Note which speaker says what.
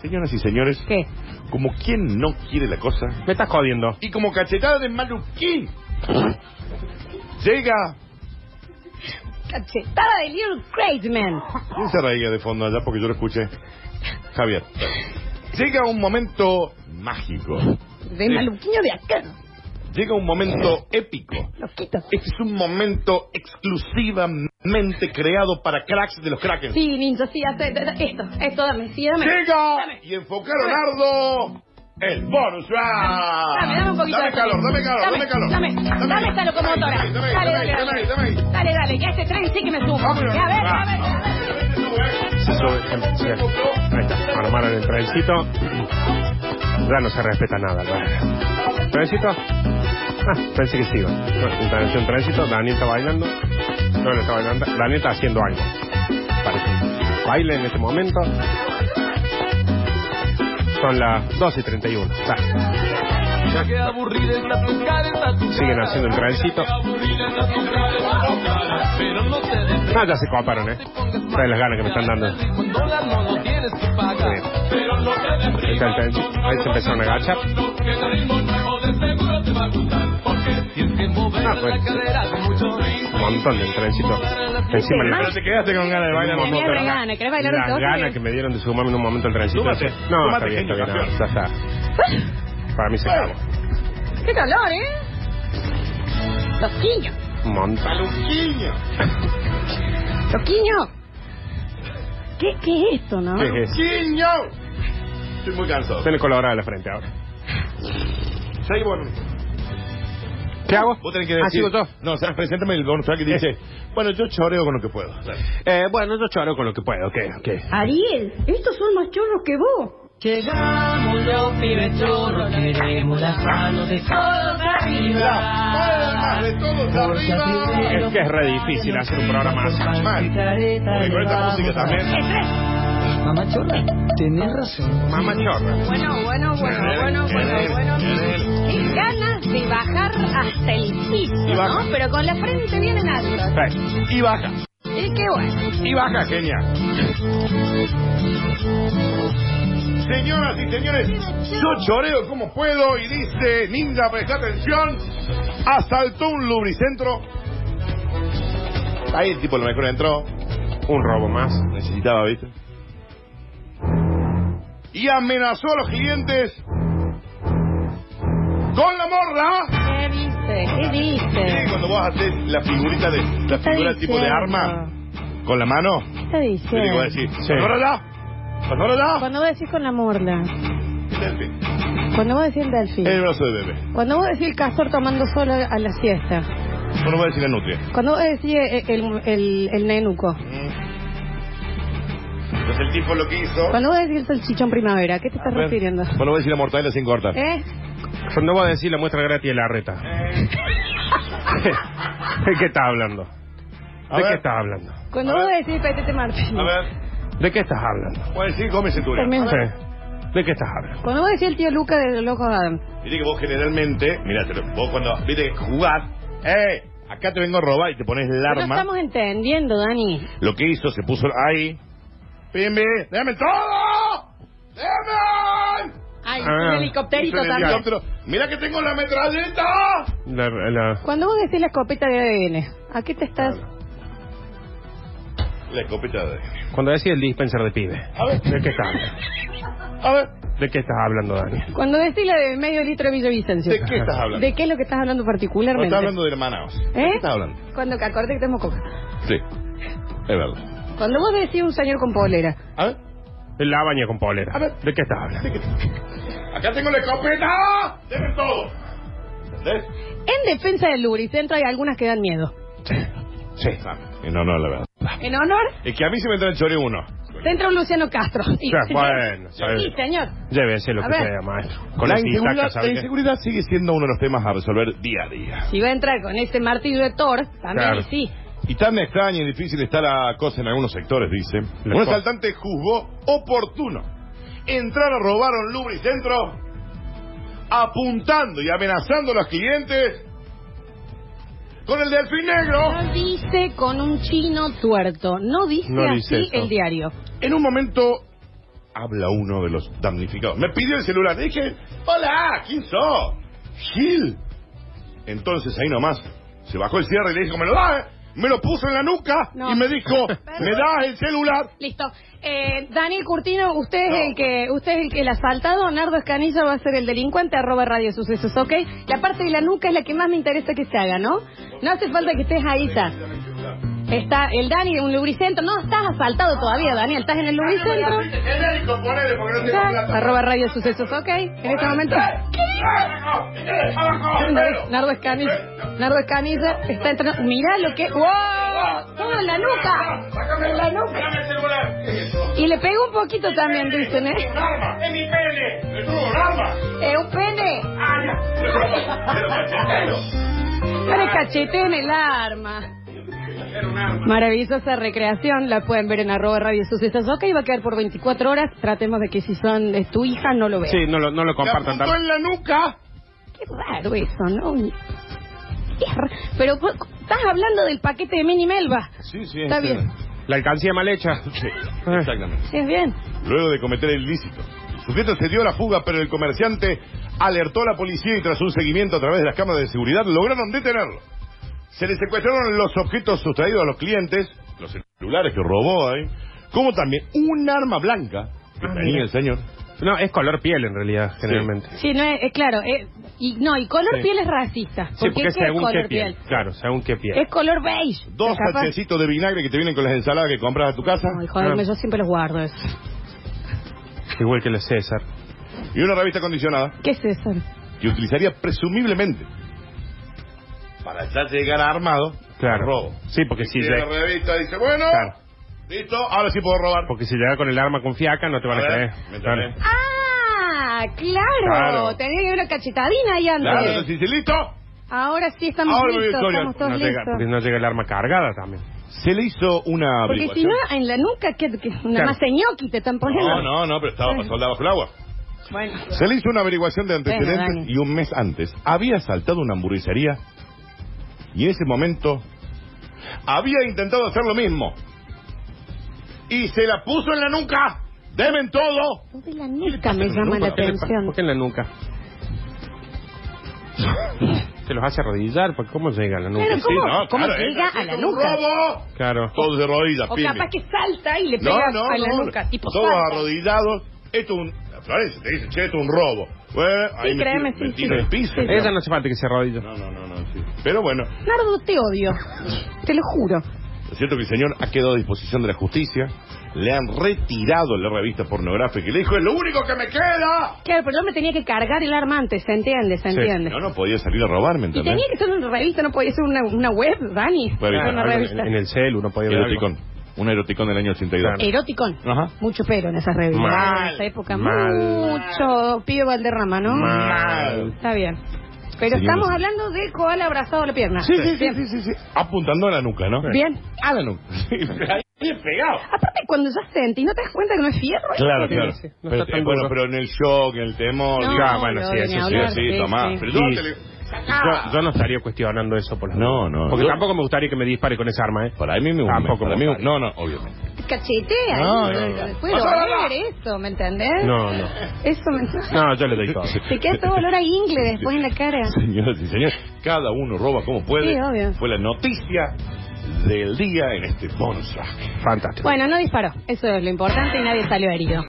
Speaker 1: Señoras y señores,
Speaker 2: ¿Qué?
Speaker 1: como quien no quiere la cosa,
Speaker 3: Me estás jodiendo.
Speaker 1: y como cachetada de maluquín, llega...
Speaker 2: Cachetada de Little Crazy Man.
Speaker 1: ¿Quién se reía de fondo allá? Porque yo lo escuché. Javier. Llega un momento mágico.
Speaker 2: De maluquiño de acá.
Speaker 1: Llega un momento épico.
Speaker 2: Loquito.
Speaker 1: Este es un momento exclusivamente creado para cracks de los crackers.
Speaker 2: Sí, ninja, sí, hace esto, esto, dame, sí, dame.
Speaker 1: Llega
Speaker 2: Dame.
Speaker 1: y enfoca a Leonardo el bonus round.
Speaker 2: Dame, dame un poquito
Speaker 1: Dame
Speaker 2: de
Speaker 1: calor, dame calor, dame,
Speaker 2: dame
Speaker 1: calor.
Speaker 2: Dame, dame esta
Speaker 1: calor.
Speaker 2: locomotora.
Speaker 1: Dame,
Speaker 2: dale,
Speaker 1: dame,
Speaker 2: dale,
Speaker 1: dame,
Speaker 2: dale.
Speaker 1: dame, dame.
Speaker 2: Dale, dale, que este tren sí que me subo. Ya
Speaker 1: Vámonos.
Speaker 2: ves, ya ves,
Speaker 1: Va.
Speaker 2: ya ves.
Speaker 3: Se sube, em, se- Ahí está, armaron el trencito. Ya no se respeta nada. ¿no? ¿Trencito? Ah, pensé que sí. iba. Bueno, entonces un trencito, Daniel está bailando. No, no está bailando. Daniel está haciendo algo. Parece. Baile en este momento. Son las 12 y 31. Siguen haciendo el trencito. Ah, ya se coparon, ¿eh? Saben las ganas que me están dando. Ahí está el trencito. Ahí se empezaron a agachar. Ah, pues. Un montón de trencito. Encima de
Speaker 1: Pero te quedaste con ganas de bailar un
Speaker 2: Tenía
Speaker 1: montón.
Speaker 2: re ganas, ¿querés bailar
Speaker 3: la
Speaker 2: otra cosa?
Speaker 3: gana que me dieron de sumarme en un momento el trencito.
Speaker 1: Súmate,
Speaker 3: no,
Speaker 1: súmate,
Speaker 3: está bien, está
Speaker 1: genio,
Speaker 3: bien. no, ya está. Para mí se acabó.
Speaker 2: Qué calor, ¿eh? Loquiño,
Speaker 3: Un montón.
Speaker 1: Maluquiño.
Speaker 2: loquiño. ¿Qué, ¿Qué es esto, no?
Speaker 3: ¿Qué es eso?
Speaker 1: Maluquiño. Estoy muy cansado.
Speaker 3: Tiene colorada la frente ahora.
Speaker 1: Soy bueno.
Speaker 3: ¿Qué hago?
Speaker 1: Vos tenés que
Speaker 3: Ah,
Speaker 1: decir.
Speaker 3: sigo yo.
Speaker 1: No, o sea, preséntame el bonus track que dice. Bueno, yo choreo con lo que puedo.
Speaker 3: Eh, bueno, yo choro con lo que puedo. ¿Qué? ¿Qué?
Speaker 2: Ariel, estos son más chorros que vos.
Speaker 4: Llegamos los pibes chorros, queremos las manos de todos arriba.
Speaker 1: de todos arriba.
Speaker 3: Es que es re difícil hacer un programa así.
Speaker 1: Mal. Porque con esta música también.
Speaker 4: Mamá chorra, tenés razón.
Speaker 3: Mamá chorra.
Speaker 2: Bueno, bueno, bueno, bueno, bueno, bueno. Qué ganas de bajar hasta el piso,
Speaker 1: Y baja.
Speaker 2: ¿no? Pero con la frente bien en alto.
Speaker 3: Sí.
Speaker 1: Y baja.
Speaker 2: Y qué bueno.
Speaker 1: Y baja, genia. Señoras y señores, yo choreo como puedo y dice, Ninja, presta atención, asaltó un lubricentro. Ahí el tipo a lo mejor entró,
Speaker 3: Un robo más.
Speaker 1: necesitaba, ¿viste? Y amenazó a los clientes con la morra.
Speaker 2: ¿Qué viste? ¿Qué
Speaker 1: ¿Viste
Speaker 2: viste?
Speaker 1: cuando vos haces la figurita de la
Speaker 2: está
Speaker 1: figura tipo de
Speaker 2: diciendo?
Speaker 1: arma con la mano?
Speaker 2: ¿Qué está
Speaker 1: Yo digo
Speaker 2: diciendo?
Speaker 1: así, "Pasórola, pasórola".
Speaker 2: Cuando vos decís con la morla,
Speaker 1: Delfín.
Speaker 2: cuando vos decís el delfín,
Speaker 1: El brazo de bebé.
Speaker 2: cuando vos decís el castor tomando solo a la siesta,
Speaker 1: No lo voy a decir la nutria.
Speaker 2: cuando vos decís el, el, el, el nenuco,
Speaker 1: Entonces Mm. el tipo lo que hizo...
Speaker 2: cuando vos decís el salchichón primavera, ¿qué te estás refiriendo?
Speaker 1: Bueno, voy a decir la mortadela sin cortar.
Speaker 2: ¿Eh?
Speaker 3: Cuando voy a decir la muestra gratis de la reta.
Speaker 1: Eh.
Speaker 3: ¿De qué estás hablando?
Speaker 1: A
Speaker 3: ¿De
Speaker 1: ver.
Speaker 3: qué estás hablando?
Speaker 2: Cuando
Speaker 1: A
Speaker 2: vos
Speaker 1: ver.
Speaker 2: decís Petete Martín,
Speaker 1: A ver,
Speaker 3: ¿De qué estás hablando?
Speaker 1: voy a decir come cintura.
Speaker 2: También.
Speaker 3: Sí. ¿De qué estás hablando?
Speaker 2: cuando vos decís el tío Luca de los locos Adam,
Speaker 1: Viste que vos generalmente... Mirá, te lo- vos cuando... Viste que jugás... ¡Eh! Acá te vengo a robar y te pones el
Speaker 2: no
Speaker 1: arma.
Speaker 2: estamos entendiendo, Dani.
Speaker 1: Lo que hizo, se puso ahí... ¡Pimbi! ¡Déjame todo! ¡Déjame!
Speaker 2: Ay,
Speaker 3: Ah,
Speaker 2: un helicópterito
Speaker 1: Hizo el
Speaker 2: también.
Speaker 1: helicóptero. ¡Mira que tengo la metralleta!
Speaker 3: La, la-
Speaker 2: Cuando vos decís la escopeta de ADN, ¿a qué te estás?
Speaker 1: La escopeta de...
Speaker 3: Cuando decís el dispenser de pibe.
Speaker 1: A ver,
Speaker 3: ¿De qué estás hablando?
Speaker 1: a ver.
Speaker 3: ¿De qué estás hablando, Daniel?
Speaker 2: Cuando decís la de medio litro de Villavicencio.
Speaker 1: ¿De qué estás hablando?
Speaker 2: ¿De qué es lo que estás hablando
Speaker 1: No
Speaker 2: particularmente?
Speaker 1: estás hablando de Manaos. ¿De
Speaker 2: ¿Eh?
Speaker 1: qué estás hablando?
Speaker 2: Cuando que acordé que tenemos coca.
Speaker 1: Sí, es verdad.
Speaker 2: Cuando vos decís un señor con polera.
Speaker 1: A ver,
Speaker 3: De La baña con polera.
Speaker 1: A ver.
Speaker 3: ¿De qué estás hablando?
Speaker 1: acá tengo la escopeta. Deben todo. ¿Entendés?
Speaker 2: En defensa del lubricentro hay algunas que dan miedo.
Speaker 1: Sí. No, no, la verdad.
Speaker 2: En honor,
Speaker 1: Es que a mí se me entra el choreo uno.
Speaker 2: te entra un Luciano Castro. Y-
Speaker 3: Ya, bueno,
Speaker 2: Sí,
Speaker 3: sabe.
Speaker 2: señor.
Speaker 3: Llévese lo
Speaker 2: A
Speaker 3: que
Speaker 2: ver.
Speaker 3: sea, maestro. Con
Speaker 1: la
Speaker 3: esa
Speaker 1: inseguridad,
Speaker 3: estaca,
Speaker 1: la
Speaker 3: ¿sabe qué?
Speaker 1: inseguridad sigue siendo uno de los temas a resolver día a día.
Speaker 2: Si va a entrar con ese martillo de Thor, también
Speaker 3: Claro.
Speaker 2: y sí.
Speaker 1: Y tan extraña y difícil está la cosa en algunos sectores, dice.
Speaker 3: La
Speaker 1: un
Speaker 3: cosa.
Speaker 1: asaltante juzgó oportuno entrar a robar un lubricentro apuntando y amenazando a los clientes con el delfín negro.
Speaker 2: No dice con un chino tuerto. No dice
Speaker 3: No
Speaker 2: así
Speaker 3: dice eso.
Speaker 2: el diario.
Speaker 1: En un momento habla uno de los damnificados. Me pidió el celular. Dije, hola, ¿quién sos? Gil. Entonces ahí nomás se bajó el cierre y le dijo, me lo da, eh?". Me lo puso en la nuca
Speaker 2: No.
Speaker 1: y me dijo, me das el celular.
Speaker 2: Listo. Eh, Daniel Curtino, usted es
Speaker 1: No.
Speaker 2: el que usted es el que el asaltado, Nardo Escanilla va a ser el delincuente, arroba Radio Sucesos, ¿ok? La parte de la nuca es la que más me interesa que se haga, ¿no? No hace falta que estés ahí, está. Eh. Está el Dani de un lubricentro. No, estás asaltado todavía, Daniel. Estás en el lubricentro.
Speaker 1: Genérico, ponele, porque no tengo
Speaker 2: Ya,
Speaker 1: plata.
Speaker 2: Arroba Radio Sucesos, ¿ok? En este momento...
Speaker 1: ¡Abajo! ¡Abajo!
Speaker 2: Nardo- Nardo Escanilla, Nardo Escanilla está entrando. Mirá lo que. ¡Wow! ¡Todo en la nuca!
Speaker 1: ¡Sácame
Speaker 2: En la nuca!
Speaker 1: ¡Sácame el celular!
Speaker 2: Y le pegó un poquito también, dicen,
Speaker 1: ¡Es
Speaker 2: ¿eh?
Speaker 1: un arma! ¡Es mi pene! ¡Es un arma!
Speaker 2: ¡Es un pene!
Speaker 1: ¡Ah, ya! ¡Te lo cacheteo!
Speaker 2: No le cacheteen el arma.
Speaker 1: ¡Era un arma!
Speaker 2: Maravillosa recreación, la pueden ver en arroba radio sucesos. Ok, va a quedar por 24 horas. Tratemos de que si son es tu hija, no lo vean.
Speaker 3: Sí, no lo, no lo
Speaker 1: ¡Me
Speaker 3: compartan
Speaker 1: apuntó
Speaker 3: tanto.
Speaker 1: en la nuca!
Speaker 2: Qué raro eso, ¿no? Es ra- Pero cu- estás hablando del paquete de Mini Melba.
Speaker 1: Sí, sí. Eh.
Speaker 2: Está bien.
Speaker 3: La alcancía mal hecha.
Speaker 1: Exactamente.
Speaker 2: Sí, es bien.
Speaker 1: luego de cometer el ilícito. El sujeto se dio a la fuga, pero el comerciante alertó a la policía y tras un seguimiento a través de las cámaras de seguridad lograron detenerlo. Se le secuestraron los objetos sustraídos a los clientes, los celulares que robó ahí, como también un arma blanca que
Speaker 3: Ah,
Speaker 1: tenía
Speaker 3: mira.
Speaker 1: el señor.
Speaker 3: No, es color piel en realidad, generalmente. Sí.
Speaker 2: Sí, no es, es claro. eh, y, no, y color
Speaker 3: Sí.
Speaker 2: piel es racista.
Speaker 3: porque
Speaker 2: ¿qué
Speaker 3: es según
Speaker 2: color
Speaker 3: qué piel. Claro, según qué piel.
Speaker 2: Es color beige.
Speaker 1: Dos
Speaker 2: Capaz-
Speaker 1: sachecitos de vinagre que te vienen con las ensaladas que compras a tu casa.
Speaker 2: Ay, joderme,
Speaker 3: Ah.
Speaker 2: yo siempre los guardo. eso.
Speaker 3: Igual que el César.
Speaker 1: Y una revista acondicionada
Speaker 2: ¿Qué es eso?
Speaker 1: que utilizaría presumiblemente para ya llegar armado al
Speaker 3: Claro.
Speaker 1: robo.
Speaker 3: Sí, porque si,
Speaker 1: Y la
Speaker 3: llega,
Speaker 1: revista dice, bueno,
Speaker 3: Claro.
Speaker 1: listo, ahora sí puedo robar.
Speaker 3: porque si llega con el arma con fiaca no te van a,
Speaker 1: A ver,
Speaker 3: creer.
Speaker 1: me
Speaker 3: Claro.
Speaker 1: entendés.
Speaker 2: Ah, claro.
Speaker 3: Claro.
Speaker 2: Tenía que haber una cachetadina ahí antes.
Speaker 1: Claro, entonces dice, listo.
Speaker 2: Ahora sí estamos
Speaker 1: Ahora me voy
Speaker 2: listos,
Speaker 1: solo.
Speaker 2: estamos todos
Speaker 3: No llega,
Speaker 2: listos.
Speaker 3: porque no llega el arma cargada también.
Speaker 1: Se le hizo una
Speaker 2: Porque si
Speaker 1: averiguación.
Speaker 2: no, en la nuca, que, que una
Speaker 3: Claro.
Speaker 2: más de ñoqui te están poniendo.
Speaker 1: ¿eh? no, no, no, pero estaba para soldar bajo el agua.
Speaker 2: Bueno,
Speaker 1: Se le hizo una averiguación de antecedentes
Speaker 2: Bueno, Dani.
Speaker 1: y un mes antes había asaltado una hamburguesería y en ese momento había intentado hacer lo mismo. Y se la puso en la nuca. Deben todo.
Speaker 2: lo de la nuca me llama la
Speaker 1: nuca? ¿Qué le
Speaker 2: atención.
Speaker 3: ¿Por qué en la nuca? Te los hace arrodillar, porque ¿cómo llega a la nuca?
Speaker 2: Claro, ¿cómo,
Speaker 1: no,
Speaker 2: cómo
Speaker 1: claro,
Speaker 2: llega
Speaker 1: esto
Speaker 2: a la
Speaker 1: es un
Speaker 2: nuca?
Speaker 1: robo.
Speaker 3: Claro.
Speaker 1: Todos de rodillas,
Speaker 2: O
Speaker 1: pime.
Speaker 2: capaz que salta y le
Speaker 1: No,
Speaker 2: pega
Speaker 1: no,
Speaker 2: a la
Speaker 1: no.
Speaker 2: nuca. Tipo,
Speaker 1: Todos
Speaker 2: salta.
Speaker 1: arrodillados. Esto es un. Florencia te dice, che, esto es un robo. Bueno, ahí me
Speaker 2: créeme,
Speaker 1: tiro- me
Speaker 2: sí,
Speaker 1: tiro
Speaker 2: sí.
Speaker 1: el piso.
Speaker 2: Sí, sí.
Speaker 3: Ella no hace falta que se arrodille.
Speaker 1: No, no, no, no, sí. Pero bueno,
Speaker 2: Nardo, te odio. Te lo juro.
Speaker 1: lo cierto es que el señor ha quedado a disposición de la justicia. Le han retirado la revista pornográfica y le dijo, es lo único que me queda.
Speaker 2: Claro, pero yo me tenía que cargar el arma antes, ¿se entiende? ¿Se
Speaker 3: Sí,
Speaker 2: entiende?
Speaker 1: No, no podía salir a robarme,
Speaker 2: Y
Speaker 1: ¿entendés?
Speaker 2: tenía que ser una revista, no podía ser una, una web, Dani.
Speaker 1: Revista.
Speaker 2: Una
Speaker 3: algo
Speaker 2: revista.
Speaker 3: En, en el celu no podía ver. algo.
Speaker 1: Eroticón. Un eroticón del año 82.
Speaker 2: Eroticón.
Speaker 1: Ajá.
Speaker 2: Mucho pelo en esas revistas.
Speaker 1: Mal.
Speaker 2: En esa época,
Speaker 3: Mal.
Speaker 2: mucho. Pío Valderrama, ¿no?
Speaker 3: Mal.
Speaker 2: Está bien. Pero
Speaker 1: Señores.
Speaker 2: estamos hablando de koala abrazado a la pierna.
Speaker 1: Sí, sí, sí,
Speaker 2: Bien.
Speaker 1: sí, sí, sí. Apuntando a la nuca, ¿no?
Speaker 2: Bien.
Speaker 1: A la nuca. Sí, ahí bien pegado.
Speaker 2: Aparte, cuando ya sentí, ¿no te das cuenta que no es fierro?
Speaker 1: Claro,
Speaker 3: Sí,
Speaker 1: claro.
Speaker 3: sí, no
Speaker 1: Pero,
Speaker 3: está tan
Speaker 1: eh, bueno,
Speaker 3: duro.
Speaker 1: pero en el shock, en el temor.
Speaker 2: No,
Speaker 1: ya,
Speaker 3: bueno,
Speaker 2: lo
Speaker 3: sí,
Speaker 2: de ni
Speaker 3: eso sí,
Speaker 2: hablar,
Speaker 1: sí, tomá. Pero yo
Speaker 3: Sí.
Speaker 1: te le-
Speaker 2: Ah.
Speaker 3: Yo, yo no estaría cuestionando eso por la
Speaker 1: No, no.
Speaker 3: Porque
Speaker 1: Yo-
Speaker 3: tampoco me gustaría que me dispare con esa arma, ¿eh?
Speaker 1: Para mí me
Speaker 3: Tampoco
Speaker 1: para mí me-
Speaker 3: gustaría.
Speaker 1: No, no, obviamente.
Speaker 2: Cachetea.
Speaker 1: No,
Speaker 2: ahí,
Speaker 1: no, no.
Speaker 2: Puede
Speaker 1: Pasó la
Speaker 2: doler eso, ¿me entendés?
Speaker 3: No, no.
Speaker 2: Eso me...
Speaker 3: No, yo le doy todo.
Speaker 2: Te queda todo olor a ingle después en la cara.
Speaker 1: Señoras y señores, cada uno roba como puede.
Speaker 2: Sí, obvio.
Speaker 1: Fue la noticia del día en este Bonsac.
Speaker 3: Fantástico.
Speaker 2: Bueno, no disparó. Eso es lo importante y nadie salió herido.